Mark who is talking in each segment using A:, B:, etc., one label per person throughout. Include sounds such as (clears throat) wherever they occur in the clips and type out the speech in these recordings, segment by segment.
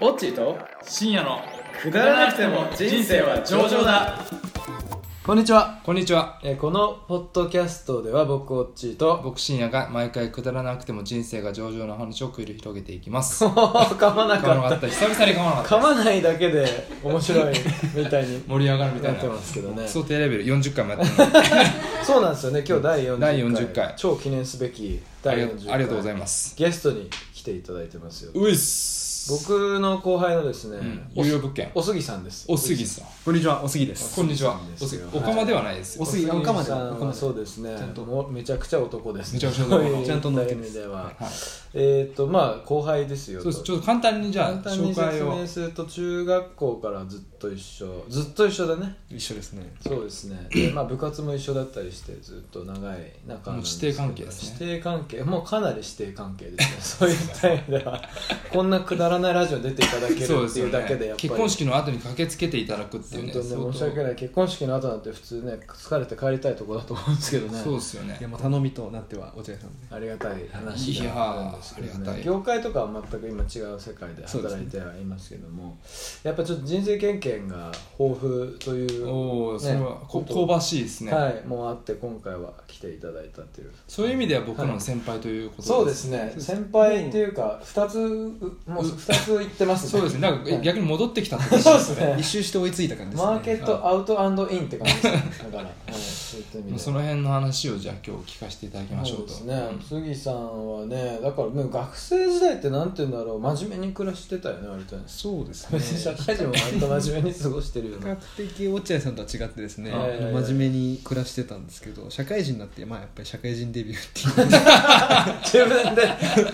A: オッチーと
B: 深夜の
A: くだらなくても人生は上々だ
C: こんにちは、
B: こんにちは
C: えーこのポッドキャストでは僕オッチーと
B: 僕深夜が毎回くだらなくても人生が上々の話を繰り広げていきま
C: (laughs)
B: す
C: お
B: 噛
C: ー噛まな
B: まな
C: か
B: か
C: っ
B: った久々に噛まなかった
C: (laughs) た噛まないだけで面白いみたいに
B: 盛り上がるみたい
C: なって
B: な
C: ますけどね
B: ク
C: そ
B: ソ低レベル40回もやってるのに
C: うなんですよね今日第40回
B: 第40回
C: 超記念すべき
B: あ
C: (laughs) 第
B: り
C: 40回
B: がありがとうございます
C: ゲストに来ていただいてますよ
B: ういっす
C: 僕の後輩のですね、
B: うん
C: お
B: 有料物件
C: おすぎさんです
B: おすぎさん
A: こんにちはおすぎで
B: こんにちは
C: お
B: お
C: す
B: す
C: ぎで
B: ぎ
C: す
B: お
C: よ
B: かまではないですよ
A: おすぎ
C: お
A: おかまで
C: さ
A: は
C: ん
A: おかま
C: は
A: で
C: そうですね
A: ちゃんと
C: もうめちゃくちゃ男ですね
B: めちゃくちゃ男
C: そういう
A: ちゃんと乗ってます
C: 意味では、
B: はい
C: えっ、とまあ後輩ですよ
B: そう
C: と
B: ですちょっと簡単にじゃあ
C: 簡単に
B: 紹介
C: 説
B: を
C: 明すると中学校からずっと一緒ずっと一緒だね
A: 一緒ですね
C: そうですね
B: (clears throat)
C: で、まあ、部活も一緒だったりしてずっと長い仲なんけど
B: もう師弟関係ですね
C: 師弟関係もうかなり師弟関係ですね (laughs) そういった意味ではこんなくだらないラジオに出ていただける
B: そうで
C: っ
B: す
C: て
B: よ
C: いうだけで
B: ね
C: やっぱり
B: 結婚式の後に駆けつけていただくってい
C: 本
B: うね
C: 当
B: 相
C: に
B: 当
C: ね申し訳ない結婚式の後なんて普通ね疲れて帰りたいとこだと思うんですけどね
B: そうですよね
A: いやもう頼みとなってはお茶屋さんで
C: ありがたい話ではあるんですけど
B: いやーありがた
C: ね
B: い
C: 業界とかは全く今違う世界で働いてはいますけども、やっぱちょっと人生経験が豊富という
B: おお、
C: ね
B: それはこ香ばしいですね、
C: はい、もうあって今回は来ていただいたっていう
B: そういう意味では僕らの先輩ということ
C: そうですね先輩っていうか2つもう2つ言ってますね
B: そうですねなんか
C: はい
B: 逆に戻ってきたってことです
C: そう
B: ね
C: ですね
A: 一周して追いついた感じですね
C: マーケットアウトインって感じですねだから、はい、そういった意味
B: も
C: で
B: うその辺の話をじゃあ今日聞かせていただきましょ
C: そう
B: う
C: で
B: と
C: すね、杉さんはねだからね学生時代ってなんて言うんだろう真面目に暮らしてたよね割とね
A: そうですね
C: 社会人も割と真面目に過ごしてるよ
A: 比
C: ね (laughs)
A: 較的落合さんとは違ってですね、
C: はいはいはい
A: 真面目に暮らしてたんですけど社会人になってまあやっぱり社会人デビューっていう
C: 自分で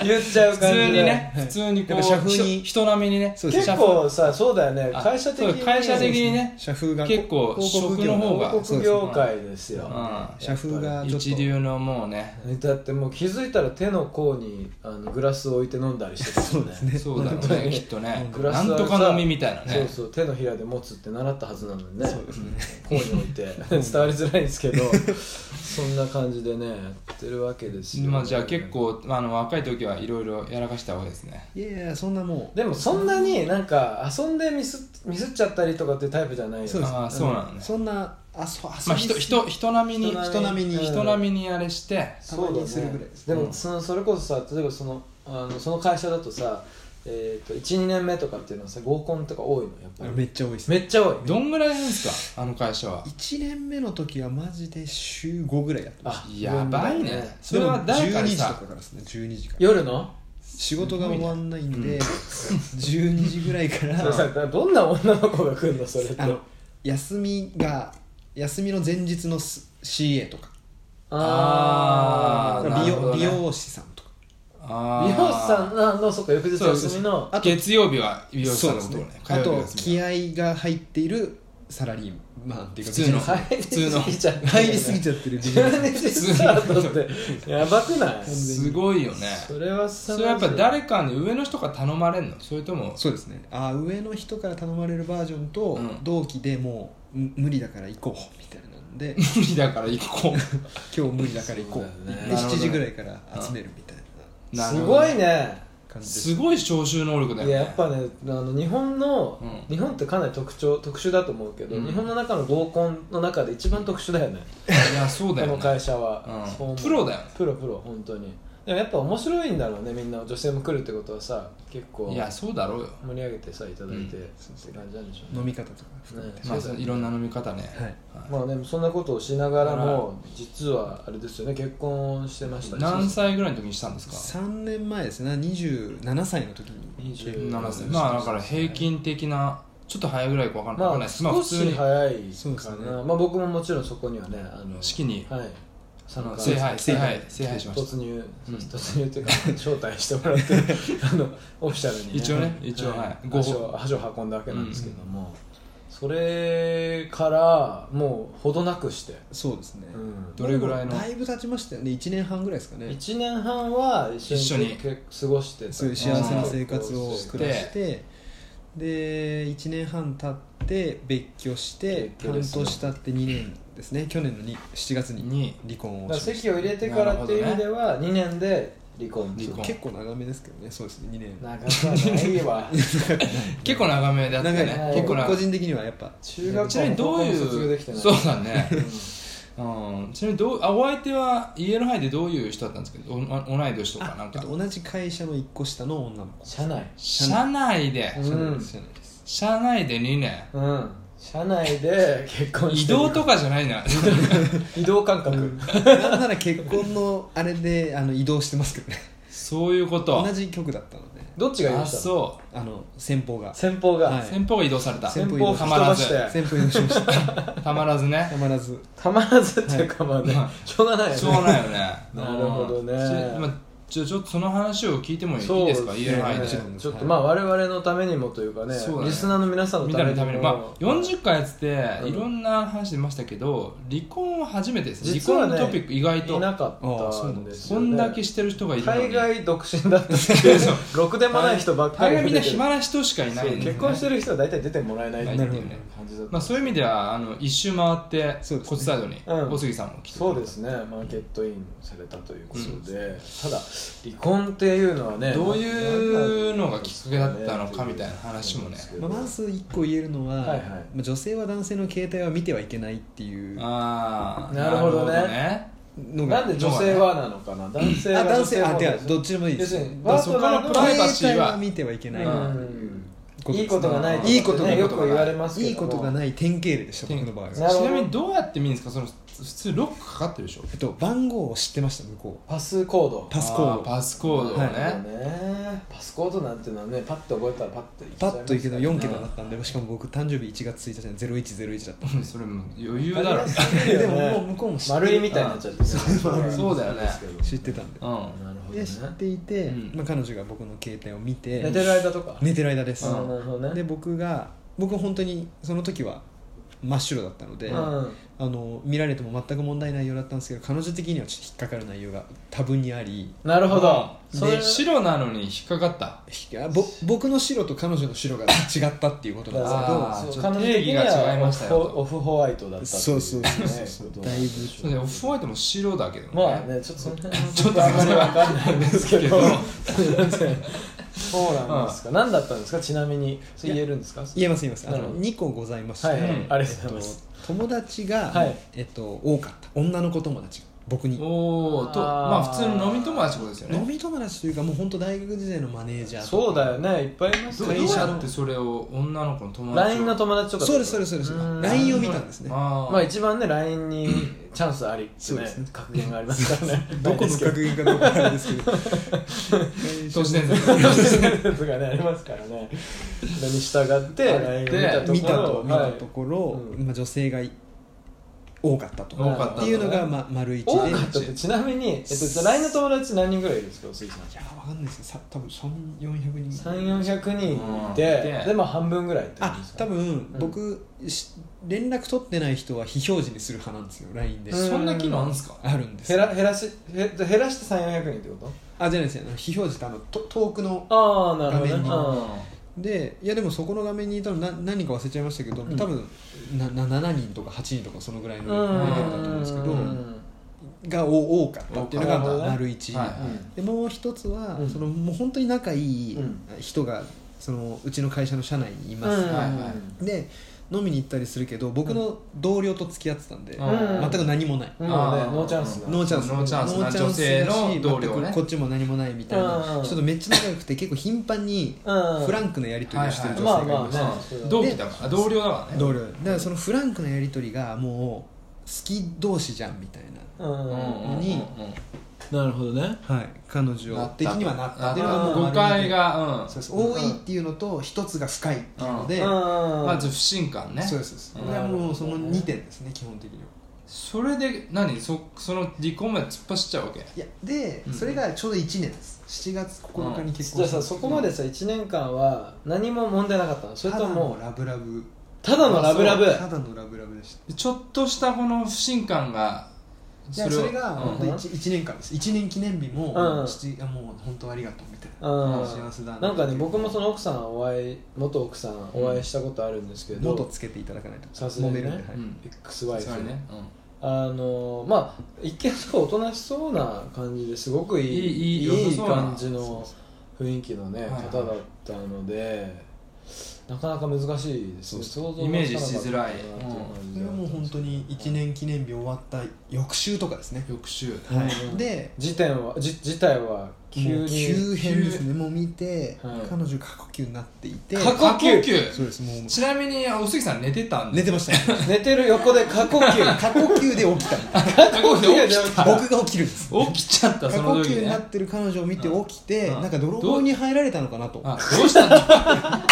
C: 言っちゃう
B: 普
C: 感じで
B: 通にね、
A: は
B: 普
A: い
B: 通にこう
A: やっぱ社風に
B: 人人並みにね
A: そうです
C: 結構さそうだよね
B: あ
C: 会社的
B: そ
C: に
B: う会社的にね
A: 社風が
B: 結構
A: 広告業
B: 食の方が
C: 広
A: そ
C: 告
A: うですね
C: 業界ですよ、
B: うん
A: 社風がちょっと
B: 一流のも
C: (laughs)
B: うね
C: だってもう気づいたら手の甲にあのグラスを置いて飲んだりしてたもんねそう
B: そうだろ
C: 本
B: う
C: 当
B: ね
C: に
B: きっとね
C: グラス
B: な
C: はさ
B: んとか飲みみたいな
C: そう
B: ね
C: 手のひらで持つって習ったはずなのにね
A: そうですね
C: 甲に置い (laughs) て伝わりづらいんですけどそんな感じでねやってるわけですよ、
B: まあじゃあ結構あの若い時はいろいろやらかした方がですね
A: いやいやそんなもう
C: でもそんなになんか遊んでミスミスっちゃったりとかってタイプじゃないよ
A: そうです
B: あーそうなのね
A: そんなあそう
B: まあ人人人並みに
C: 人並みに
B: 人並みにあれして
A: たまにするぐらいです
C: で
A: ね
C: もそのそれこそさ例えばそのあのその会社だとさ、えー、と12年目とかっていうのはさ合コンとか多いのやっぱり
A: めっちゃ多いです
C: め
A: ね
C: っちゃ多い
B: どんぐらいなんですかあの会社は
A: 1年目の時はマジで週5ぐらいやってまし
C: あ
B: やばいね
A: た
B: それは誰か
A: 12
B: に
A: 時とか
B: さ
A: からですね12時から
C: 夜の
A: 仕事が終わんないんで、12時ぐらいか
B: (laughs)
C: それさ
A: ら
C: どんな女の子が来るのそれって
A: あの休みが休みの前日のす CA とか
B: あーな
A: 美
B: るほ
A: 容
B: どね
A: 美容師さんとか
B: あー
C: 美容師さんののそっか翌日
B: そうです
C: 休みの
A: あと
B: 月曜日は美容師さんのこ
A: そ
B: と
A: うで
B: を
A: す
B: ね火
A: ね
B: 曜日
A: あと
B: は休み
A: 気合が入っているサラリーマンっていうか
B: 普通の
C: 入りす
A: ビジネ
C: ぎちゃって
A: ス入りすぎちゃってるビジ
B: (laughs)
A: ネス
C: 12時スタートって (laughs) やばくない
B: すごいよね
C: それはさ
B: それはやっぱ誰かに上の人から頼まれんのそれとも
A: そうですねあー上の人から頼まれるバージョンと、
B: うん
A: 同期でもうむ無理だから行こうみたいなん
B: (laughs)
A: で
B: 無理だから行こ
A: 今日無理だから行こう
C: そうだよね
A: で
B: なるほどね
A: 7時ぐらいから集めるみたい
B: うな
A: な
B: る
C: す
B: ほど
C: ご
B: ね
C: いね
A: 感じです
B: ごい招集能力だよ
C: い
B: ね
C: ややっぱねあの日本の、
B: うん
C: 日本ってかなり特徴特殊だと思うけど、
B: うん
C: 日本の中の合コンの中で一番特殊だよね
B: いやそうだ
C: こ
B: よ
C: の
B: ね
C: 会社は、
B: うん
C: そう思う
B: プロだよね
C: プロプロ本当にでもやっぱ面白いんだろうねみんな女性も来るってことはさ結構
B: いやそうだろうよ
C: 盛り上げてさいただいて、
B: う
C: って感じなんでしょうね
A: 飲み方とか含めて、
C: ね
B: まあそのいろんな飲み方ね
A: はい
B: は
C: まあでもそんなことをしながらも実はあれですよね結婚してました
B: い何
C: 歳
B: 歳ぐらいの時にしたんですか
A: 3年前ですね27歳の時に
C: 27
B: 7歳まあだから平均的なちょっと早いぐらいか分かんないわか
C: ま
B: んない
C: あ
B: ですまあ
C: 少
B: 普通
C: し
B: に
C: 早いかな、
A: そうですね
C: まあ僕ももちろんそこにはねあの
B: 式に
C: はい
B: あ
C: 参
B: の
C: 加
B: 聖杯
A: そ
B: 聖
A: うか
B: 杯聖杯しました
C: 突入、
B: うん
C: 突入っていうか招待してもら
B: (laughs)
C: ってあのオフィシャルに、
B: 一応ね一応はいご
C: 足
B: 報
C: を足を運んだわけなんですけども、それからもうほどなくして、
A: そうですね、
C: うん
B: どれぐらいの
A: だいぶ経ちましたよね1年半ぐらいですかね
C: 1年半は一緒に
B: 一
C: け過ごしてた
A: そういう幸せな生活を
C: して
A: 暮らしてで1年半経って別居して
C: 別居で
A: 半
C: すね
A: 年経って2年ですね去年のに7月に
B: に
A: 離
C: だ
A: 婚を
C: から
A: しまし
C: 籍を入れてからっていう意味では2年で離婚
B: 離婚
A: 結構長めですけどねそうですね2年
C: 長さない
B: (laughs)
C: わ
B: 結構長めだった
A: 長い、
B: ね
C: い
B: 結構
A: 個
B: 長い
A: 人的にはやっぱ
C: 中学校
B: ちなみにどうい
C: 高校も卒業できて
B: う
C: ない
B: そうだね
C: うん
B: うんちなみにどうあお相手は家の範囲でどういう人だったんですかおお同い年とかなんか
A: あえっと同じ会社の1個下の女の子
C: 社内
B: 社内で
C: うん
A: 社内です社内です
B: 社内で2年
C: うん社内で結婚
B: 移
C: してる
B: 動とかじゃないな
C: 移動感覚、
A: なんなら結婚のあれであの移動してますけどね
B: そういうこと
A: 同じ局だったので
C: どっちが言い
B: あ
C: ましたの
B: そ
A: あの先方が
C: 先方が、
A: は
B: う
A: い
B: 先方が移動された
A: 先
C: 先
A: 方
C: 方
A: を
C: を
A: 吹
C: 吹き飛
B: き飛ば
C: ば
B: し
C: してて
A: 先方にしました
B: たまらずね
A: たまらず
C: たまらずっていうかまあね、
B: は
C: しょうがないよね
B: しょうがないよね
C: (laughs) なるほどね
B: うんちまあちょちょっとその話を聞いてもい
C: そう
B: いですか
C: ね
B: 家の範囲
A: も
B: で
A: ちろんです
C: ちょっとまあ我々のためにもというかね
B: そうだね
C: リスナーの皆さんの
B: み
C: た
B: たい
C: め
B: な
C: に
B: た
C: も
B: めに、まあ、40回やって
C: う
B: て
C: ん
B: いろんな話出ましたけど離婚は初めてですね離
C: 実は
B: 婚
C: ね
B: のトピック意外と
C: いなかったんです
B: こ
C: よ、ね、
B: んだけしてる人がいるのに
C: 海外独身だったって
B: (laughs)
C: いうろくでもない人ばっか
B: 大
C: り
B: 概みんな暇
C: な
B: な人しかいないんですね
C: 結婚してる人は大体出てもらえないって
B: ない
C: い
B: っ
C: う
B: て
C: ね
B: いうね
C: 感じだった、
B: まあ、そういう意味ではあの一周回って
A: そうですね
B: コツサイドに
C: うん
B: 小杉さんも来てくれ
C: そ
B: た
C: うですねマーケットインされたということで、ただ離婚っていうのはね
B: どういうのがきっかけだったのかみたいな話もね
A: まあまず1個言えるのは、
C: はいはい
A: まあ女性は男性の携帯は見てはいけないっていう
B: ああ
C: なるほどね
A: の
C: な
A: が
C: んで女性はなのかな男性は
A: あ男性あ
C: も
A: てかどっちでもいいで
C: 要
A: す
C: するに
B: だか
C: パ
B: ら
C: ー
B: そ
C: ト
B: こ
C: ナ
B: の
C: ーの
B: プライバシー
A: 携帯
B: は
A: 見てはいけない、
B: うん
C: いいことがない
A: いいことが
C: ね
A: いい
C: よ
B: ことが
C: く言われますけど
A: いいことが
C: い
A: ない典型例でした
B: 典
A: 僕の場合は
B: ち
C: なるほど
B: なみにどうやって見るんですかその普通ロックかかってるでしょ
A: えっと番号を知ってました向こ
C: パスコード
A: うパスコー
B: あ
A: ド
B: パスコードを
A: は
B: ね
A: い
C: ねパスコードなんてのはねパッと覚えたらパッといっちゃ
A: パ
C: います
A: ッといけど
C: よ
A: 4桁だったんでしかも僕誕生日1月1日なんで0101だった
B: うんそれもう余裕だろ
C: ね
A: でももう向こうも知ってる
C: 丸いみたいになっちゃってね
B: うんそうだよね
C: ですけど
A: 知ってたんで
B: うん
C: なるほど
A: で知っ
C: ね
A: ていて、
B: うん
A: まあ、彼女が僕の携帯を見て
C: 寝てる間とか
A: 寝てる間です、
C: あーなるほどね
A: で僕が僕本当にその時は真っ白だったので、
C: うん
A: あの見られても全く問題ない内容だったんですけど彼女的にはちょっと引っかかる内容が多分にあり
C: なるほど
B: うん
C: それ
B: で白なのに引っかかった
A: ひあぼ僕の白と彼女の白が違ったっていうことなんですけど
B: あ
C: そ
B: ーちょ
C: う
B: っと
C: 彼女的には
B: 定義が違いましたよと
C: オフホワイトだったってい
A: そうそうそうそう
C: ねことなん
A: だい
C: で
A: ぶ
C: しょ
B: そうれオフホワイトも白だけどね
C: まあね、ちょっとその辺は
B: ちょっと
C: あんまりわかんないんですけどそうなんですか、何だったんですかちなみにそれ言えるんですか
A: 言えます言えますあ
C: なる
A: の
C: ほど
A: 2個ございまして、
C: はい、はい
B: うん
C: ありがと
A: えっ
C: うござい
A: と
C: ます、
A: 友達が、
C: はい
A: えっと、多かった女の子友達が僕に
B: おおと
C: あー
B: まあ普通の飲み友達ってことですよ
A: 飲
B: ね
A: み友達というかもう本当大学時代のマネージャーとか
C: そうだよねいっぱいいますよ
B: どう
A: 会
B: どう
A: 社の
B: やってそれを女の子の友達を
C: LINE の友達とか
A: そうですそうですそうです
C: ん
A: LINE を見たんですね
B: あー
C: まあ一番ね LINE にチャンスありって
A: そう
C: ね
A: ですね
C: 格言がありますからね
A: どこの格言かどうかなんですけど
B: (laughs) 都市伝説
C: 説がねありますからねそれに従って LINE を
A: 見
C: 見た
A: た
C: ところ
A: と見たところ、
C: うん
A: まあ、女性がい多かったと
B: 多かったんだね
A: っていうのが、まあ、丸一で
C: はい多かったってちなみに、えっと、じゃあ LINE の友達何人ぐらいいるんですかお杉さん
A: いやわかんないですけどさ多分3400人
C: 3400人い
B: うん
C: て
B: いて
C: でも半分ぐらいってこと
A: あ
C: ですか
A: 多分、僕し連絡取ってない人は非表示にする派なんですよ LINE で、
C: うん
B: そんな機能あるんですか
A: あるんです
C: 減ら減らし減減らして3400人ってこ
A: あじゃないですよあの非表示ってあのと遠くの
C: とああなるほ
A: 画
C: ど
A: 面
C: ね
A: に
C: うん
A: でいやでもそこの画面にいたのな何人か忘れちゃいましたけど、
C: うん
A: 多分な7人とか8人とかそのぐらいの
C: うん
A: レベルだと思うんですけど、
C: うん
A: がお多かったっていうのが、ま
C: 多
A: あ
C: かった
A: 丸一、
B: はい
A: でもう一つは、
C: うん
A: そのもう本当に仲いい
C: うん
A: 人がそのうちの会社の社内にいます、
C: うん
B: はいは
A: で飲みに行ったりするけど僕の同僚と付き合ってたんで、
B: うん
A: 全く何もない、
C: うん
B: あー
C: ねノーチャンスだ
A: ノーチャンス
B: ノーチャンスな
A: ノーチャンスだ
B: 女性
A: し
B: の同僚ね
A: 全くこっちも何もないみたいな、
C: うん
A: ちょっとめっちゃ仲良くて結構頻繁に
C: うん
A: フランクなやり取りをしてる女性
C: ま
A: が
C: あ
A: いました、
C: まあね
B: うん同期だからあ同僚だからね
A: 同僚だからそのフランクなやり取りがもう好き同士じゃんみたいな、
C: うん
B: うん
A: に
C: なるほどね
A: はい、彼女的にはなったっていうのがもう
B: 誤解がうん
A: そうです多いっていうのと一つが深いっていうので、
B: ま
C: ま
B: ず不信感ね
A: そうですそ
C: うん
A: うですこれはもうその2点ですね基本的には
B: それで何そその離婚まで突っ走っちゃうわけ
A: いやで、
B: うん
A: それがちょうど1年です7月9日に結
C: じゃ
A: 婚
C: あさそこまでさ1年間は何も問題なかったのそれ
A: た
C: と
A: だ
C: も
A: のラブラブ
C: ただのラブラブ
A: ただのラブラブでした
B: ちょっとしたこの不信感が
A: いや
B: を
A: それが
B: うん
A: 本当 1, 年間です1年記念日も、
C: うん
A: 七あもう本当ありがとうみたいな、
C: うん
A: 幸せだな
C: なんかね僕もその奥さんお会い元奥さんお会いしたことあるんですけど
A: 元つけていただかないと
C: さすが
A: 揉
C: に
A: め
C: ね
A: るんで、はい
B: うん
C: XY
B: それねうん
C: ああのまあ一見そうおとなしそうな感じですごくいい
B: いいいい良さそうな
C: 感じの雰囲気のね、
B: はいはい
C: 方だったのでなかなか難しいですね
B: そう
C: 想像
B: イメージしづらい
C: つかなかったなっていう感じだった
A: それは
C: ん
A: もう
C: ですけど
A: 本当に1年記念日終わった翌週とかですね、
B: 翌週
A: はいで
C: 時点はじ事態は急
A: もう
C: に
A: 急変ですねもう見て、
C: はい
A: 彼女過呼吸になっていて
C: 過呼吸
A: そうですもう
B: ちなみにお杉さん寝てたん
A: 寝
B: で
A: てましたね
C: 寝てる横で過呼吸
A: 過呼吸で起きたみ
C: (laughs)
A: たい
B: 過呼吸起き
A: な
B: た
A: 僕が起きるんです
B: 起きちゃった
A: 過
B: そ
A: 呼
B: の時
A: 吸にな
B: ね
A: ってる彼女を見て
B: うん
A: 起きて、
B: うん
A: なんか泥棒に入られたのかなと
B: あどうしたん
A: (laughs)
B: だ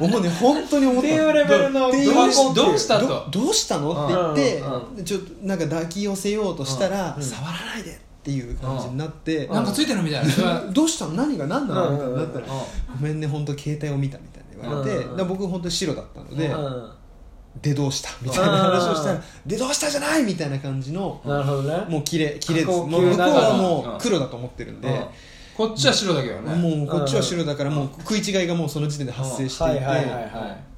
A: もうね本当に思っ
C: ったていうレベルの
A: ど
C: 過
B: ど
C: 呼
B: う
C: 吸
B: しどうした
A: ど
B: と
A: どうしたのって
C: うん
A: 言
C: うん
A: っ
C: う
A: て、ちょっとなんか抱き寄せようとしたら、
C: うんうん
A: 触らないでっていう感じになって、
C: うん
B: なんかついてるみたいなそれ
A: (laughs)
B: は
A: どうしたの何が何なのみたいになったら、
B: う
A: ごめんね本当携帯を見たみたいに言われて、
C: うんうんうん
A: だから僕本当に白だったので、
C: うん
A: 出動したみたいな話をしたら出動したじゃないみたいな感じの
C: なるほどね
A: もう綺麗綺麗です
C: 過
A: も
C: 呼吸
A: う向こうは
B: なが
A: も
B: ら
A: う黒だと思ってるんで、
B: んこっちは白だけどね
A: もうこっちは白だからもう食い違いがもうその時点で発生していて、
C: うんはいはいは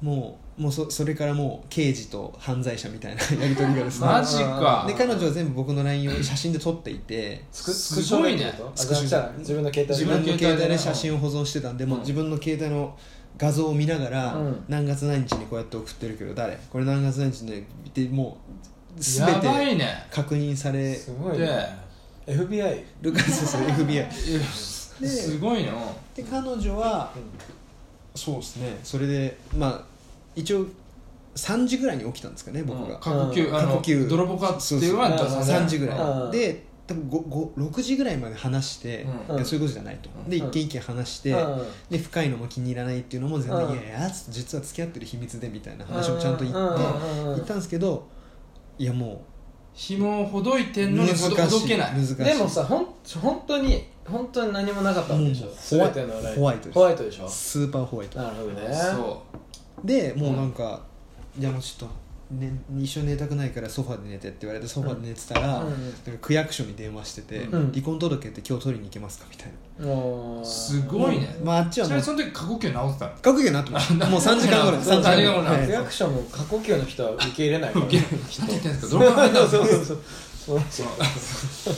C: い
A: もうもうそそれからもう刑事と犯罪者みたいな (laughs) やり取りがですね
B: マジか
A: で彼女は全部僕の LINE を写真で撮っていて
C: スク
B: す
C: スクショ
B: ごいね
C: ってことあ
A: スクショ
C: じゃあ自分の携帯で
A: 自
B: 自
A: 分
B: 分
A: の
B: の
A: 携
B: 携
A: 帯
B: 帯
A: で
B: で
A: 写真を保存してたんでもう自分の携帯の画像を見ながら、
C: うん
A: 何月何日にこうやって送ってるけど誰これ何月何日ねってもう全
B: やば
A: て
B: いね
A: 確認され
C: すごいね FBI
A: ルカスですね FBI
B: いやすごいな
A: で彼女はそうですねそれでまあ一応3時ぐらいに起きたんですかね僕が、
B: 過呼吸あ
A: 過呼
B: の
A: 吸
B: 泥棒かって言われた
C: そうそう
A: 3時ぐらい、
C: うん
A: で多分ごご6時ぐらいまで話して、
B: うん
A: いやそういうことじゃないと、
B: うん
A: で一軒一軒話して、
C: うん
A: で深いのも気に入らないっていうのも全然、
C: うん
A: いやいや実は付き合ってる秘密でみたいな話もちゃんと言って、
C: うんうんうん
A: 言ったんですけどいやも
B: 紐をほどいうてんの
A: 難
B: に
A: し
B: ほ
A: い
B: どほどけない
A: 難しい
C: でもさほん本当に本当に何もなかったんでしょ
A: もう
C: 全てのライン
A: ホワイトです
C: ホワイトでしょ
A: スーパーホワイト
C: なるほどね
B: そ
A: でもうなんか「いやもうちょっと、ね、一緒に寝たくないからソファで寝て」って言われてソファで寝てたら、
C: うん
A: なんか区役所に電話してて「
B: うん
A: 離婚届って今日取りに行けますか?」みたいな、
C: もう
B: うすごいね
A: まああっち
B: ち
A: は
B: な
A: も
B: み
A: う
B: にその時過呼吸直ってたの
A: 学業になってますもう3時
C: (laughs)
A: 間後です
B: そう
A: 3
B: 3時間後なん
A: は
B: で
A: い
C: 区役所も過呼吸の人は受け入れない
A: (laughs)
C: から
B: 受け入れない人って言ってんですかどのくらいだろう
C: そうそうそうそうそう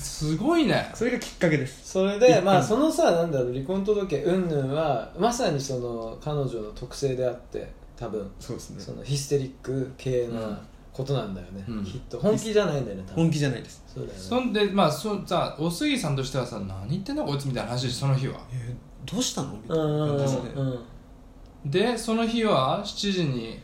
B: すごいね
A: それがきっかけです
C: それでまあそのさなんだろう離婚届うんぬんはまさにその彼女の特性であって多分
A: そうですね
C: そのヒステリック系
B: うん
C: なことなんだよね、
B: うん
C: きっと本気じゃないんだよね多分
A: 本気じゃないです
C: そうだよね
B: そんでまあそうさお杉さんとしてはさ何言ってんだこいつみたいな話でしょその日は
A: えーどうしたのみた
C: う
A: い
C: ん
A: な
C: うん
A: 感
C: う
A: じ
C: ん
A: で
C: う
A: すね、
C: ん
B: でその日は7時に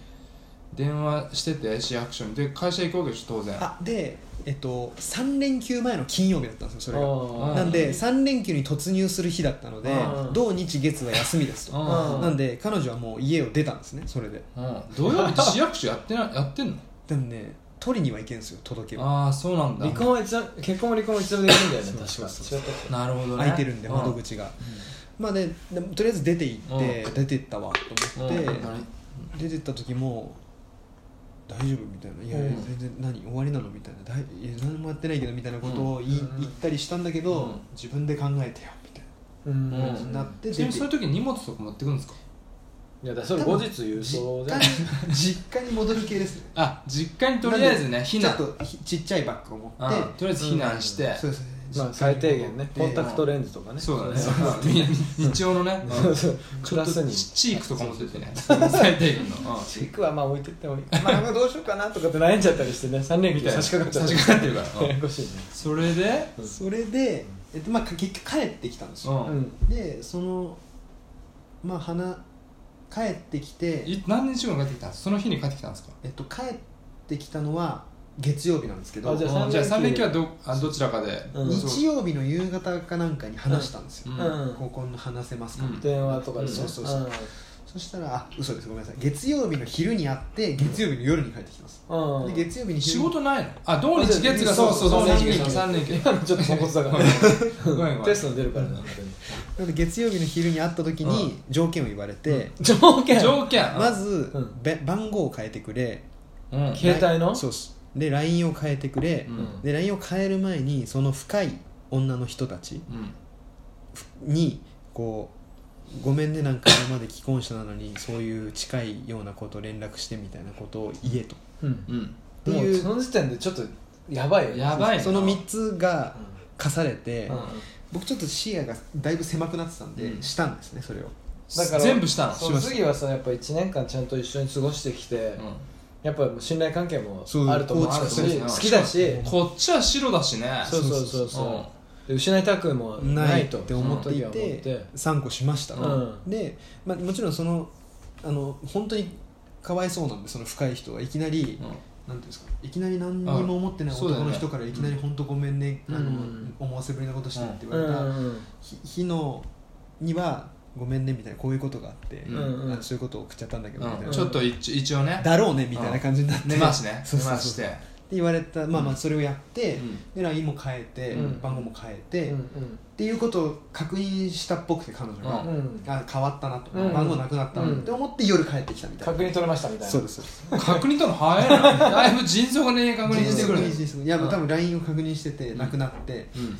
B: 電話してて市役所にで会社行くわけでしょ当然
A: あでえっと3連休前の金曜日だったんですよそれが
C: あー
A: なんで3連休に突入する日だったので
C: うん
A: 土日月は休みですと
C: うん
A: なんで彼女はもう家を出たんですねそれで
B: うん土曜日って市役所やって
A: (laughs)
B: なやってんの
A: でもね取りには行けんですよ届けは
B: ああそうなんだ
C: 離婚はいつだ結婚も離婚もいつでもできるんだよね確か
A: そうそう
C: 違ったっけ
B: なるほどね
A: 空いてるんで
B: う
A: 窓口が、まあねでもとりあえず出て行って、
B: う
A: 出てったわと思って、
B: うんあれ
A: 出てった時も「大丈夫?」みたいな「いやいや
B: うん
A: 全然何終わりなの?」みたいなだい「いや何もやってないけど」みたいなことを言い、
C: うん
A: 言ったりしたんだけど、
B: うん
A: 自分で考えてよみたいな
C: うん
B: うん
A: 感じになって
B: ちな
A: 出
B: みに
A: て
B: そういう時荷物とか持ってくんですか
C: いやだからそれ後日郵送で
A: 実家に実家に戻る系ですね
B: あ実家にとりあえずね避難
A: ちょっとひちっちゃいバッグを持って、
B: うんとりあえず避難して、
A: そうですね
C: まあ最低限ねコンタクトレンズとかね
B: そうだね
C: そ
B: そううだね日曜のね
C: そうそう
B: ち
C: ク
B: ょ
C: ラ
B: っと
C: スに
B: チチークとか持ってってね最低限のうん
C: チークはまあ置いてってもいいまあどうしようかなとかって悩んじゃったりしてね3連
B: み
C: 休
B: たい
C: 差
B: な
C: し掛かっちゃ
B: 差
C: っ
B: した掛かってるか
C: や
B: らう
C: や
B: ん
C: こしいね
B: それで
A: それで、えっとまあ、か結局帰ってきたんです
B: う
A: よ、
C: うんん
A: でそのまあ花帰ってきて
B: い何日後に帰ってきたんですその日に帰ってきたんですか
A: えっと、帰ってきたのは月曜日なんですけど
C: あじゃあ
B: うんじゃあ
C: 三
B: 3
C: 連
B: 連
C: 休
B: 休はどあどちらかで
C: うん
A: 日曜日の夕方かなんかに話したんですよ、
B: うん
C: うん
A: 高校の話せますか、
B: うん
C: 電話とかでね
A: うんそうそうそうそしたらあ嘘ですごめんなさい月曜日の昼に会って月曜日の夜に帰ってきてます、
C: うんうん
A: で月曜日に
B: 仕
A: 昼
B: 事ないのあ土日月が
C: そ
B: そう
C: そ
B: うそううそう
C: そう
B: 3連休三連休
C: 今のちょっとポンコツだからね
B: ごめんごめん
C: テストに出るからね本当に
A: なので月曜日の昼に会った時
B: う
A: に条件を言われて、
C: 条件
B: 条件
A: まず、
C: うん
A: べ番号を変えてくれ
B: うん
C: 携帯の
A: そうっすで LINE を変えてくれ、
B: うん
A: で LINE を変える前にその深い女の人たち
B: うん
A: にこうごめんねなんか今まで既婚者なのにそういう近いようなこと連絡してみたいなことを言えと
C: うん
B: うん
A: て
C: もう
A: いう
C: その時点でちょっとやばいよね
B: やばいな
A: その3つが課されて、
C: うんうん
A: 僕ちょっと視野がだいぶ狭くなってたんで、
C: うん
A: したんですねそれを
C: だから
B: 全部したの
C: そ
B: し
C: の
B: ました
C: 次はさやっぱ1年間ちゃんと一緒に過ごしてきて、やっぱもう信頼関係も
A: そう
C: あると思う
B: 構
C: し
B: 築してね
C: 好きだし
B: うんこっちは白だしね
C: そうそうそうそう、
B: うん
C: で失いたくも
A: な
C: ないい
A: っ
C: と
A: て思ってい
C: その時は思って
A: 3個しました、
C: うん
A: で、まあ、もちろんそのあの本当にかわいそうなんでその深い人はいきなり、
B: うん
A: なんていうんですかいきなり何にも思ってない
B: うんそうだよ
A: 男
B: ね
A: の人からいきなり「本当ごめんね、あ
C: う
A: の
C: ん
A: 思わせぶりなことして」って言
C: う
A: わ
C: ん
A: れ
C: う
A: た、
C: ん
A: ひ日のには「ごめんね」みたいなこういうことがあって、
B: うん
C: うん
A: あのそういうことを送っちゃったんだけど、みたい
B: うん
A: な
B: ちょっと一一応ね
A: だろうねみたいな感じになって、
B: 寝回しね
A: そう
B: 寝
A: そうそう
B: 回して
A: って言われたまあまあそれをやって、
B: うん
A: で LINE も変えて、
C: うん
A: 番号も変えて、
C: う
A: っ
C: ん
A: ていうことを確認したっぽくて彼女が、
B: う
C: うん
A: あ変わったなと、
C: うん
A: 番号なくなったなって思って夜帰ってきたみたいな、
C: 確認取れましたみたいな
A: そうですそうです
B: 確認との早いな
A: (laughs)
B: だいぶ迅速に確認してくる
A: 人生のいや
C: うん
A: 多分 LINE を確認しててなくなって、
B: うん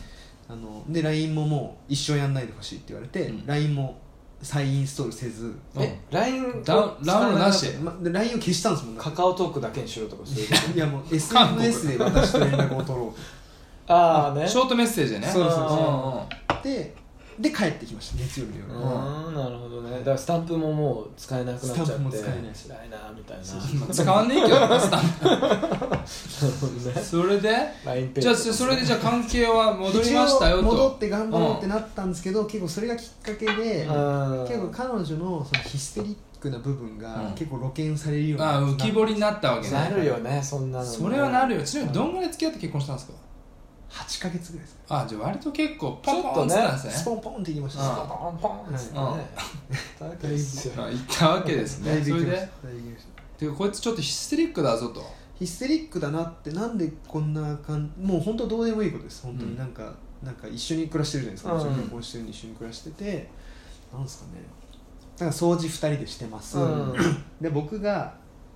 A: あので LINE ももう一生やんないでほしいって言われて、
B: うん
A: LINE も再インストールせず、
C: え LINE
B: ダウンダウンロードなし
A: ま、で LINE を消したんですもんなん
C: カ
A: か
C: カオトークだけにしろとかそういうこと
A: いやもう
B: 韓国
A: SNS で私と連絡を取ろう
C: ああね
B: ショートメッセージでね
A: そう
C: そうそうん
B: んん
A: でで帰ってきました月曜日の夜、
C: う
B: うん
C: んなるほどねだからスタンプももう使えなくなっちゃって
A: スタンプも使えない
C: 辛いなみたいな
B: まあ使わねえけどな
A: (laughs)
B: スタンプ
C: ね
B: それで
C: LINE ペイ
B: じゃあそれでじゃあ関係は戻りましたよ
A: 一応戻っ
B: と
A: て頑張ろうってなったんですけど、結構それがきっかけで、
C: うん
A: 結構彼女のそのヒステリックな部分
B: う
A: が
B: ん
A: 結構露見されるように
B: あ
A: な
B: 浮き彫りになったわけ
C: な
B: ね
C: るよねそんなのね
B: それはなるよちなみにどんぐらい付き合って結婚したんですか
A: 8か月ぐらいですね
B: あじゃあ割と結構ポン
C: ちょっ
B: ポ
C: と
B: ン
C: ね
B: ってたんですね
A: スポンポンっていきました
B: うん
A: スポンポン
C: ポンポンっつって
B: うん
C: ね大体ですよ
B: まあ行ったわけです
A: だい
B: ね
A: ぶ
B: それ
A: いきま
B: で
A: しただいぶいきました
B: てかこいつちょっとヒステリックだぞと
A: ヒステリックだなってなんでこんな感じもう本当どうでもいいことです本当
B: うん
A: になんか、なんか一緒に暮らしてるじゃないですか、
C: うん
A: 一緒に結婚してるのに一緒に暮らしててなんですかねなんか掃除2人でしてます、
C: うん
A: で僕が、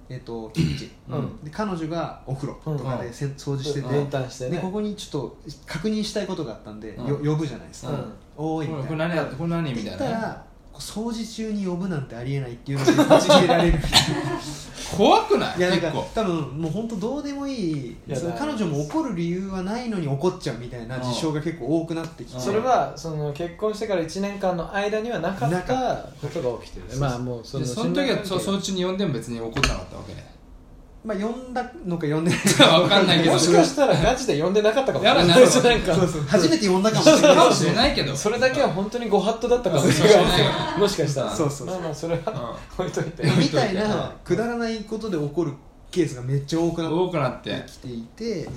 A: えっとキッチン、
C: うん
A: で彼女がお風呂とかでせ、掃除してて、
C: 分担して
A: でこ
C: ね
A: こにちょっと確認したいことがあったんで、
B: うん
A: よ呼ぶじゃないですか、
C: うん
A: おーい
B: こ
A: み
B: れこれ
A: たいな
B: 何やってこれ何みた
A: 言っ
B: い
A: た
B: なね
A: ら掃除中に呼ぶなんてありえないっていうのでこじ切れられるみたいな
B: 怖くない
A: いやなん
B: 結
A: か
B: 構
A: 多分もう本当どうでもいい
C: いや
A: その
C: だ
A: 彼女も怒る理由はないのに怒っちゃうみたいな事象が結構多くなってきて
B: うん
C: それはその結婚してから1年間の間にはなか
A: な
C: っ
A: か
C: たことが起きてるねまあもうそ
B: で
C: の
B: その時は
C: 信頼
B: そ
C: 関係
B: そのうちに呼んでも別に怒んなかったわけね
A: まあ呼んだのか呼んでない
B: やわかんないけど
C: もしかしたらガチで呼んでなかったかもしれない
B: やだな
C: なんか
A: そうそう初めて呼んだかもしれ
B: か
A: な
B: も
A: い
B: しれないけ
C: (laughs)
B: ど
C: それだけは本当にご法度だったかもしれないですよもしかしたら
A: そうそうそ
C: ま
A: う
C: あまあそれは置いといて
A: みたいなくだらないことで怒るケースがめっちゃ多く
B: うん
A: なっ
B: 多くなって
A: てきていて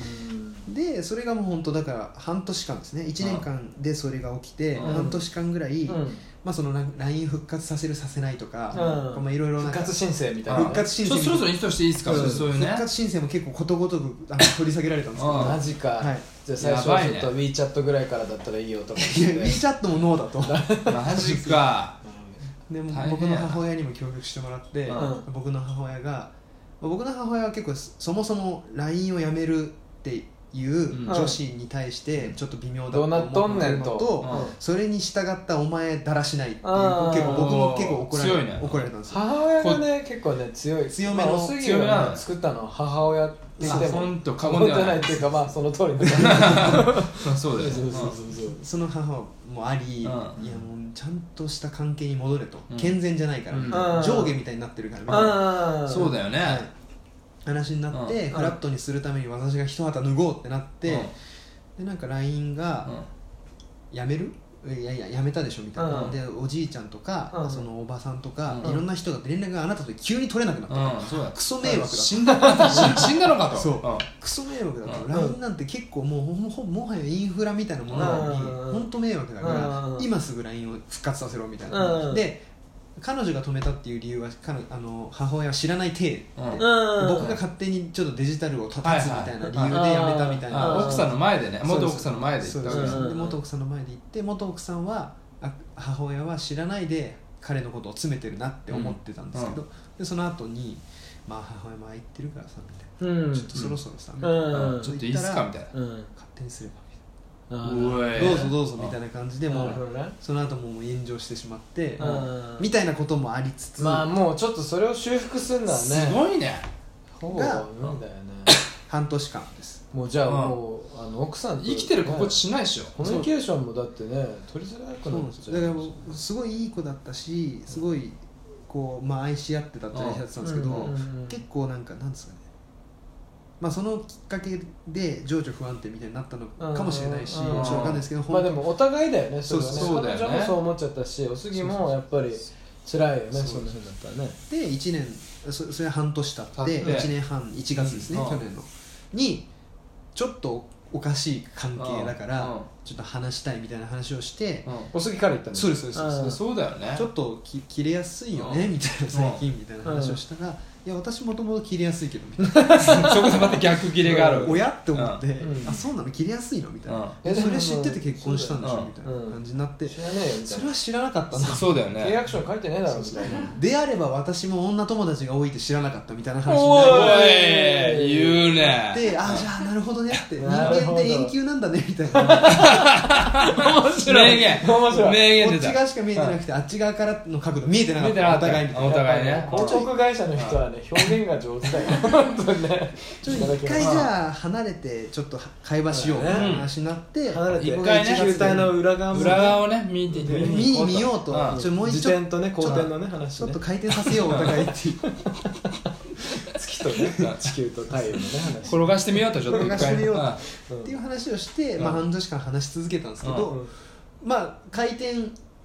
A: でそれがもう本当だから半年間ですね1年間でそれが起きて
B: うん
A: 半年間ぐらい、
C: うん
A: まあ、そのなん LINE 復活させるさせないとか、
C: うん
A: まあ、いろいろなん
C: 復
A: か
C: 活申請みたいな
A: 復活申
B: ちょ
A: 請
B: っとそろそろインストしていいですか
A: うん
B: そういうね
A: 復活申請も結構ことごとくあの取り下げられたんですけど
B: うん
C: マジか、
A: はい
C: じゃあ最初
B: や
C: は
B: ばい
C: ちょ
B: ね
C: っと WeChat ぐらいからだったらいいよとか
A: い
C: 言
A: や
C: って
A: WeChat もノーだと
B: マジか
A: でも
B: 大変やな
A: 僕の母親にも協力してもらって、
C: う
A: 僕の母親がまあ僕の母親は結構そもそも LINE をやめるっていう女子に対してちょっと微妙だと
C: どう
A: 思
C: な
A: っ
C: っとん
A: て
C: ね
A: る
C: ん
A: の
C: と
A: と、
B: うん
A: それに従ったお前だらしないっていう結
C: あー
A: 構僕も結構怒ら
B: 強
A: れ,、
B: いね
A: 怒られたんですよ
C: 母親がね結構ね強い
A: 強めの
C: まあおすぎ
B: 強めな
C: を
B: の
C: ね作ったのは母親って言って
B: あ
C: も
B: ほんと過
C: 過言
B: 言
C: で
B: では
C: は
B: な
C: ないいっていうかまあその通りのそ
B: まあそうだ
C: う
B: よ
C: そうそう
B: うん
C: そう
A: その母もあり、
B: ん
A: いやもうちゃんとした関係に戻れと、
B: うん
A: 健全じゃないから、みたいな
C: うん
A: 上下みたいになってるからみたいな
C: ああ
B: そうだよ
A: はい
B: ね
A: 話になって、
B: うん
A: フラットにするために私が一旗脱ごうってなって、でなんか LINE
B: うんう
A: が
B: ん
A: 「やめる?」いやいややめたでしょみたいな、
C: うん
A: でおじいちゃんとか、
C: うん
A: そのおばさんとか、
B: うん
A: いろんな人が連絡があなたと急に取れなくなった、
B: うんそうだ
A: クソ迷惑だ
B: 死んだのかと死んだのかと
A: そうんクソ迷惑だと、
B: うん
A: LINE なんて結構もうほほもはやインフラみたいなものなのに、
C: うん
A: ほんと迷惑だから、
C: うん
A: 今すぐ LINE を復活させろみたいな、
C: うん
A: で彼女が止めたっていう理由は彼あの母親は知らない体って、
B: うん
C: うん
A: 僕が勝手にちょっとデジタルを立たつみたいな理由でやめたみたいな、
B: あ奥さんの前でね
A: そう
B: 元
A: です
B: 奥さんの前で
A: そ
B: 言
A: う
B: っ
A: で
B: た
A: す
B: わけです
C: うん
A: で元奥さんの前で行って元奥さんはあ母親は知らないで彼のことを詰めてるなって思ってたんですけど、でその後にまあ母親も空いてるからさみたいな、
C: うん
A: ちょっとそろそろさ、みたいな
C: うん
B: うんちょっといいっすかみたいな
C: うん
A: 勝手にすればみ
C: あ
B: う
C: ー
B: え
A: たいな、どうぞどうぞみたいな感じで
C: な
A: も
C: るほど
A: う
C: ね
A: その後もう炎上してしまって、
C: うん
A: みたいなこともありつつ、
C: まあもうちょっとそれを修復するのはね
B: すごいね
C: そう
A: が
C: だ無理だよね
A: 半年間です
C: もうじゃあ
B: うん
C: もう、あの奥さんと
B: 生きてる心地
C: ね
B: しないでしょ
C: コミュニケーションもだってね取りづらく
A: そうな
C: なんっ
A: で
C: ちゃ
A: すよ
C: う
A: だからすごいいい子だったしすごいこう、まあ、愛し合ってたって愛し合ってたんですけ
C: う
A: ど、
C: うんうんうん
A: 結構なんかなんですかねまあそのきっかけで情緒不安定みたいになったのかもしれないしちょ
C: うん
A: っ
C: うん
A: と
C: うん
A: わかんないですけど
C: まあで
A: 本当に
C: もお互いだよねれは
A: そうそう
B: そうだよ
C: 彼
B: ね
C: 女もそう思っちゃったしおすぎもやっぱり辛いよね
A: そうそう
C: そんなふうになったらね
A: で1年そそれは半年経って
B: 経って
A: 1年半1月ですね
B: うん
A: 去年のにちょっとおかしい関係だか
B: う
A: ら
B: ん
A: ちょっと話したいみたいな話をして
B: う
C: おすぎから言ったん
A: 「
C: だ
A: そうですそうですそうです
B: んそうだよね
A: ちょっとき切れやすいよね」
B: うん
A: みたいな最近みたいな話をしたら「いや私もともと切れやすいけど」みたいな
B: そこでまた逆切れがある (laughs)
A: 「おや?」って思って
C: うん
A: 「あそうなの切れやすいの?」みたいな
C: うん
A: え「それ知ってて結婚したんでし
B: う
A: ょ?」
B: ん
A: みたいな感じになって
C: 知らねえよみた
A: そ
C: い
A: れは知らなかったな
B: うんそうだよね
C: な契約書に書いてねえだろみたいな
A: であれば私も女友達が多いって知らなかったみたいな話に
B: お
A: な
C: ー
B: い言うね
A: ってああじゃあなるほどねって人
C: なるほ
A: 間っ
C: ど
A: て遠球なんだねみたいな
B: 面白い名言
C: 面白い
B: 名言
A: こっ
B: 出
A: ち
B: た
A: 側しか見えてなくてあっち側からの角度見えてなか
B: 見
A: って
B: なか
A: た
B: った
A: お互いみたいな
B: お互いね
C: やっぱ広告会社の人はね表現が上手だよ本当にね
A: ちょっと一回じゃあ離れてちょっと会話しようみたいな話になって
C: 離れて
B: 一回ね
C: 球体の裏側も
B: 裏側をね見て
A: 見
B: 見に行こ
A: 見ようと
B: ん
A: ちょもう一
C: 自
A: 丁
C: 転とね後転のね話
A: ちょ
C: ね
A: っと回転させようお互いっていう
C: 月とね (laughs) 地球と太陽のね話
B: 転がしてみようとちょっと一回
A: 転がしてみようと
B: ん
C: うん
A: っていう話をして、
B: うん
A: まあ、半年間話し続けたんですけ
B: う
A: ど、まあ回転、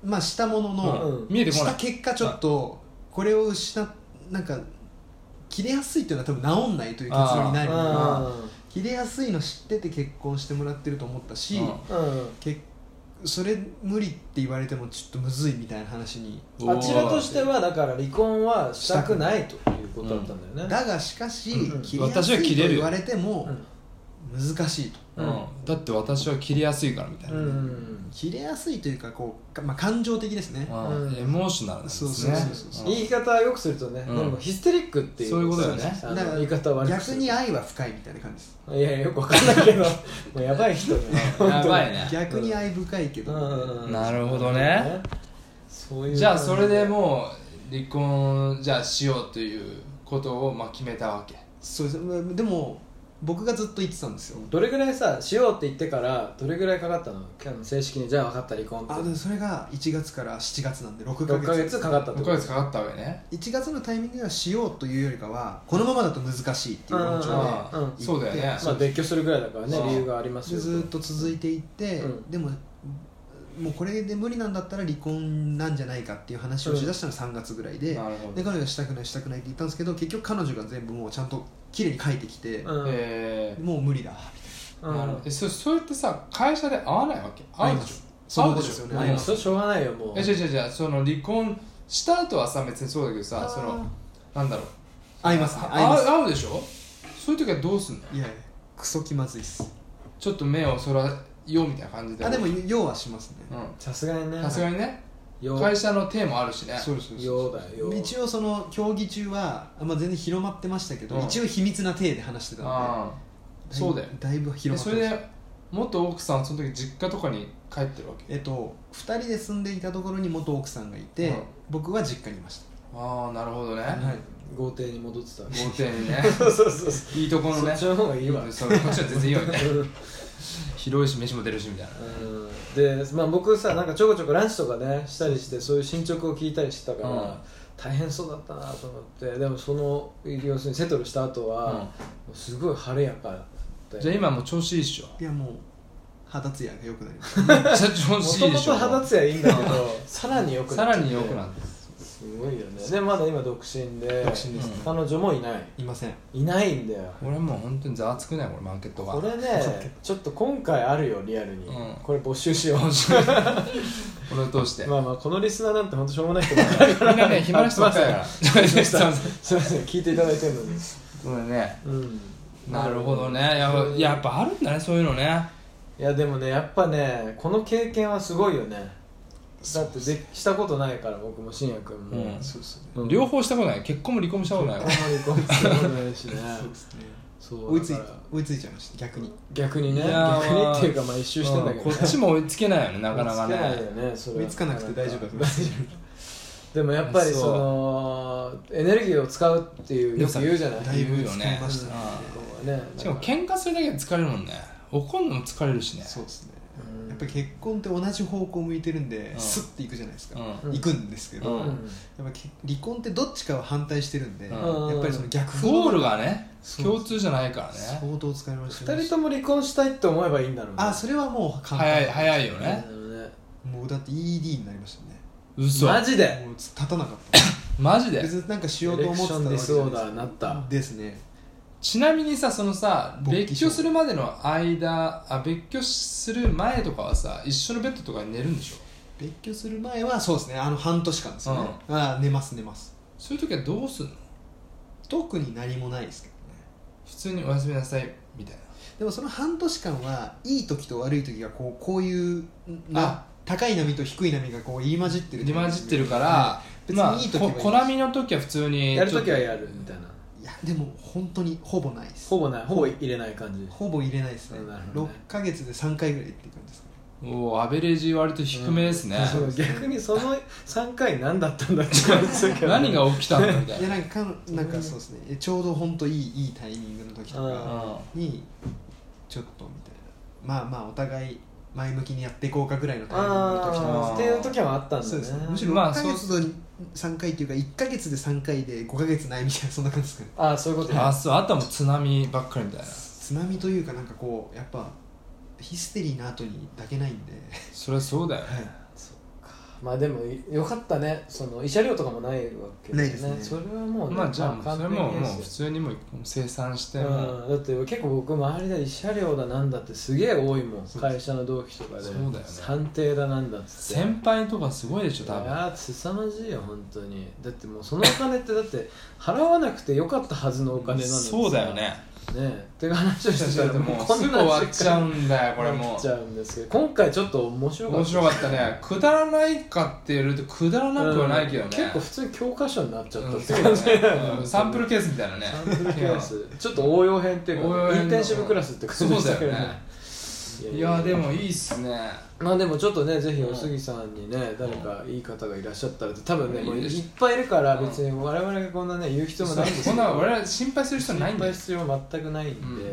A: まあ、したものの、
C: うん
B: 見えてこ
A: し
B: な
A: た
B: い
A: 結果ちょっとこれを失っなんか切れやすいっていうのは多分治んないという結論になるので
B: あ
A: 切れやすいの知ってて結婚してもらってると思ったし、
B: うん
C: うんうん
A: 結それ無理って言われてもちょっとむずいみたいな話に
C: あちらとしてはだから離婚はしたくないということだったんだよね
A: だがしかし、
C: うんうん
A: 切れやす
B: 私は切
A: い
B: れ
A: と
B: るよ
A: 言われても
C: うん
A: 難しいと、
B: うんだって私は切りやすいからみたいな
C: う
B: ね
C: ん
A: 切れやすいというかこうか、まあ、感情的ですね、
B: うん
C: うん
B: エモーショナルなんですね
A: そうそうそうそう
B: うん
C: 言い方はよくするとね
B: う
C: で
B: ん
C: もヒステリックっていう
B: そういうことだよね
C: あの
A: だから
C: 言い方は悪くす
A: 逆
C: る
A: に愛は深いみたいな感じです
C: いやいやよくわかんないけど (laughs) もうやばい人ね
B: (laughs) やばいね
A: 逆に愛深いけど、
B: なるほどね
C: そういう
B: じゃあそれでもう離婚じゃあしようということをまあ決めたわけ
A: そうですまあでも僕がずっと言ってたんですよ、
C: どれぐらいさしようって言ってからどれぐらいかかったのあの正式にじゃあ分かった離婚
A: あで
C: っ
A: もそれが1月から7月なんで6
C: て
A: ヶ
C: 6
A: 月
C: ヶ月かかったって
B: 6
C: こと
B: ヶ月かかったわけね
A: 1月のタイミングではしようというよりかはこのままだと難しいっていう感情
C: うん
A: で
B: ああ
C: うん
B: そうだよね
C: まあ別居するぐらいだからね
B: そう
C: 理由があります
A: で
C: よ
A: ずっと続いていって、
C: うん
A: でももうこれで無理なんだったら離婚なんじゃないかっていう話をしだしたのが3月ぐらいで、
B: なるほ
A: で
B: ど
A: 彼女がしたくないしたくないって言ったんですけど結局彼女が全部もうちゃんと綺麗に書いてきて、
C: うん
B: え
A: もう無理だ
B: ーなるほどえそそうやってさ会社で会わないわけ会
A: 会いうま
B: でし
A: す
B: ょ
A: その後ですよ
C: まあ
A: ね
C: 今それしょうがないよもう
B: ょえ違う違う違うその離婚した後はさ別にそうだけどさそのなんだろう
A: 会いますね会い
B: あ
A: ます
B: 会うでしょそういう時はどうすんの
A: いやいやクソ気まずいっす
B: ちょっと目をそらようみたいな感じで
A: あでも用はしますね、
B: う
C: さすがにね
B: んさすがにね
C: よ
B: 会社のテーマあるしね
A: そうですそうです
C: ようだよ
A: 一応その競技中は、まあ、全然広まってましたけど、
B: うん
A: 一応秘密な体で話してたの
B: ああ
A: で
B: そうだよ
A: だいぶ広まって
B: で
A: ま
B: そ
A: した
B: れで元奥さんその時実家とかに帰ってるわけ
A: えっと、2人で住んでいたところに元奥さんがいて、
B: うん
A: 僕は実家にいまし
B: ああなるほどね
A: た、はい、
C: 豪邸に戻ってた
B: 豪邸にね
C: そうそうそうそ
B: いいとこの
C: っ
B: ね
C: ちの方がいいわ
B: それこっちは全然いいよみたいな (laughs)
C: うん
B: 広いし飯も出るしみたい
C: で、
B: な
C: まあ、僕さなんかちょこちょこランチとかねしたりしてそういう進捗を聞いたりしてたから、
B: うん
C: 大変そうだったなと思ってでもその要するにセトルした後は、
B: うん
C: もうすごい晴れやかで
B: じゃあ今もう調子いいっ (laughs) しょ
A: いやもう肌ツヤが良くなりまし
B: めっちゃ調
C: も
B: 子
C: と
B: いいで
C: も
B: しょ
C: と肌ツヤいいんだけどさらによく
B: さ
C: っ
B: ら
C: ちゃって
B: に良くなって
C: すごいよねでまだ今独身で
A: た独身ですね、
C: 彼女もいない
A: いません
C: いないんだよ
B: 俺もう本当にざわつくねこれマーケットが
C: こ
B: (laughs)
C: れねちょっと今回あるよリアルに、
B: うん
C: これ募集しよう
B: 面白いこれを通して
C: まあまあこのリスナーなんて本当しょうもない人ばっかり
B: みんな (laughs) ね暇な人ばっかりだから
C: すいません
B: そうそう
C: (laughs) すいません聞いていただいてるのに
B: (laughs) そうだね
C: うん
B: なるほどねやっぱやっぱあるんだねそういうのね
C: いやでもねやっぱねこの経験はすごいよねだってでしたことないから僕も信也君も、
B: うん
A: そうですね
C: うん
B: 両方したことない結婚も離婚もしたことない
C: あんまりこうしたことないしね
A: そうですね
C: (laughs) そう
A: 追いつい
C: だから
A: 追いついちゃいました逆に
C: 逆にね
B: いやー
C: 逆にっていうかまあ一周してんだけど、
B: う
C: ね、
B: (laughs) こっちも追いつけないよねなかなか
C: 追いつけない
B: ね
C: よねそれ
A: 追いつかなくて大丈夫だと思
C: だ
A: います
C: でもやっぱり
B: そう
C: そのエネルギーを使うっていうよく言うじゃない
A: だいぶ使いましたね
B: う
C: ねなん
B: しかも喧嘩するだけで疲れるもんね怒んのも疲れるしね
A: そうですね
C: うん
A: やっぱり結婚って同じ方向向いてるんで、
B: うん
A: スッていくじゃないですか、
B: う
C: うん
A: 行くんですけど、
B: うん
A: やっぱけ離婚ってどっちかは反対してるんで、
B: うん
A: やっぱりその逆風
B: ゴールがね
A: そう
B: 共通じゃないからね
A: 相当疲れました
C: 二人とも離婚したいって思えばいいんだろうね
A: あそれはもう簡単
B: 早い早いよ
C: な
B: ね
C: るほどね
A: もうだって ED になりましたね
B: 嘘
C: マジで
A: もう立たなかった
B: マジで
A: 別になんかし
C: エ
A: よ
C: レ
A: うと
C: ク
A: 思って
C: シ
A: た
C: ョ
A: わ
C: ン
A: け
C: ディ
A: じ
C: ス
A: ゃな
C: オ
A: い
C: ーダーになった
A: ですね
B: ちなみにさそのさ
A: 勃起
B: 別
A: 症
B: 居するまでの間あ別居する前とかはさ一緒のベッドとかに寝るんでしょ
A: 別居する前はそうですねあの半年間ですよね、あ寝ます寝ます
B: そういう時はどうするの
A: 特に何もないですけどね
B: 普通におやすみなさいみたい
A: でもその半年間はいい時と悪い時がこうこういうな
B: あ
A: 高い波と低い波がこう入り混じって
B: な
A: る
B: 入り混じってるから、
A: 別
B: まあ
A: にいい時はいいです
B: こ小波の時は普通に
C: やるときは
B: ちょっ
C: やるみたいない
A: やでも本当にほぼないです
C: ほぼないほぼ入れない感じ
A: ほぼ入れないですね
C: なるほど
A: 6
C: ね
A: ヶ月で3回ぐらいっていう感じですかね
B: とおーアベレージ割と低めですね、
C: そう逆にその3回何だったんだって感じするけど
B: (laughs) 何が起きたんだみたい
A: いや
B: な
A: なんかかなんかそうですねえちょうど本当いいいいタイミングの時と
C: う
A: か
B: うん
A: にちょっとみたいなまあまあお互い前向きにやっていこうかぐらいのタイミングの時とか
C: ああっていう時もあったんだ
A: そう
C: ね
A: ですねむしろ
B: ま
A: 6
B: あ
A: ヶ月と3回っていうか1ヶ月で3回で5ヶ月ないみたいなそんな感じですかね
C: ああそういうことね
B: あそうあとはもう津波ばっかりみたいな
A: 津波というかなんかこうやっぱヒステリーの後にだけないんで
B: そりゃそうだよね、
C: まあでもよかったねその慰謝料とかもないわけだ
A: な
C: よ
A: いですね
C: それはもうね
B: まあじゃあもう
C: 完
B: それ
C: 璧
B: ももう
C: で
B: 普
C: す
B: 通にもう生産して
C: よ
B: もう
C: うんだって結構僕周りで慰謝料だなんだってすげえ多いもん
A: そう
C: 会社の同期とかで
B: そうだよね
C: 探偵だなんだっつって
B: 先輩とかすごいでしょ
C: い
B: 多分
C: やー凄まじいよ本当にだってもうそのお金ってだって払わなくてよかったはずのお金なのにさ
B: そうだよね
C: (laughs) ねえっていう話をしてたら
B: もうすぐ終わっちゃうんだよこれも
C: 終わっちゃうんですけど今回ちょっと面白かった
B: 面白かったねくだらないかって言われるとくだらなくはないけどね、
C: うん結構普通に教科書になっちゃった
B: うん
C: っ
B: そ
C: て
B: うだ
C: 感
B: ね
C: じ、
B: うんサンプルケースみたいなね
C: サンプルクラスちょっと応用編っていう
B: 応用
C: か、
B: 編の
C: インテンシブクラスって感じ
B: そ
C: で
B: う
C: し
B: だ
C: たけど
B: よね
C: ね
B: いやでもいいっすね
C: まあでもちょっとねぜひお杉さんにね、誰かいい方がいらっしゃったら多分ね、
B: うん
C: もうい
B: いいです
C: っぱいいるから別に我々がこんなね言う必要もないんです
B: そ
C: よ
B: んな俺ら心配する人ないん
C: 心
B: だよ
C: 配必要は全くないんで、
B: うん
C: はい、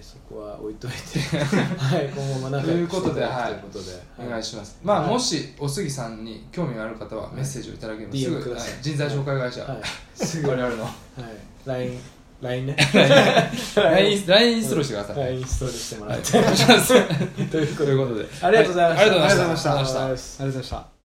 C: そこは置いといて、はい、今後も仲良くしていただくということで、
B: お願いし
C: ま
B: ます、まあ
C: はい
B: もしおすぎさんに興味がある方はメッセージをいただければ、
C: はい
B: すぐ
C: DM ください
B: はい人材紹介会社、
C: はい、
B: すぐ我々の
C: はい、LINE、LINE ね。
B: LINE インインストールしてください、
C: LINE インストールしても
B: は
C: ら
B: い
C: っ
B: お
C: て。
B: 願いします
C: ということ
B: と
C: で
B: いうことで
C: ありがとうございました
B: はありがとうございました
C: ありがとうございました
A: ありがとうございました